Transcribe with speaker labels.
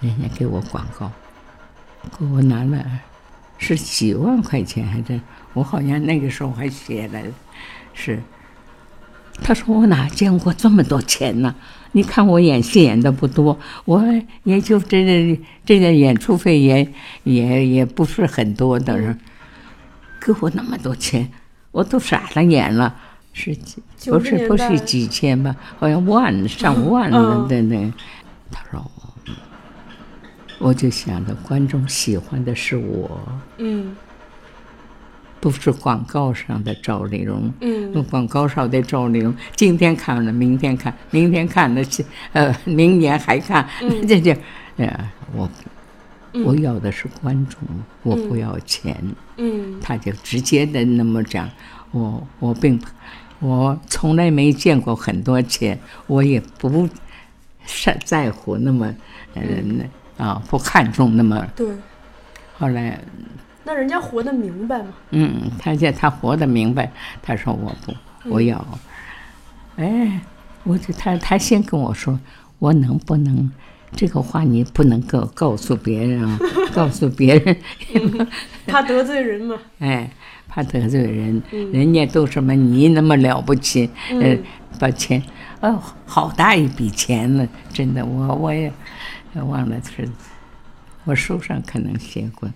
Speaker 1: 人家给我广告，给我拿了是几万块钱还是？我好像那个时候还写了，是。他说我哪见过这么多钱呢、你看我演戏演的不多，我也就这个这个演出费也也也不是很多的人，给我那么多钱，我都傻了眼了。是几不
Speaker 2: 九十
Speaker 1: 是
Speaker 2: 年
Speaker 1: 不
Speaker 2: 代
Speaker 1: 是几千吧？好像万上万了
Speaker 2: 嗯
Speaker 1: 的那。他说我，我就想着观众喜欢的是我，
Speaker 2: 嗯
Speaker 1: 不是广告上的赵丽蓉。
Speaker 2: 嗯
Speaker 1: 广告上的赵丽蓉，今天看了，明天看，明天看了，是呃，明年还看，
Speaker 2: 嗯
Speaker 1: 这这，呃，我我要的是观众，我不要钱。
Speaker 2: 嗯
Speaker 1: 他就直接的那么讲，我我并不我从来没见过很多钱，我也不在在乎那么，呃那啊，不看重那么。
Speaker 2: 对，
Speaker 1: 后来
Speaker 2: 那人家活得明白吗？
Speaker 1: 嗯，他现他活得明白，他说我不，我要，哎，我就他他先跟我说，我能不能这个话你不能够告诉别人啊，告诉别人，
Speaker 2: 怕得罪人嘛。
Speaker 1: 哎，怕得罪人，人家都什么你那么了不起，呃，把钱，哦，好大一笔钱呢，呃真的，我我也忘了是，我书上可能写过，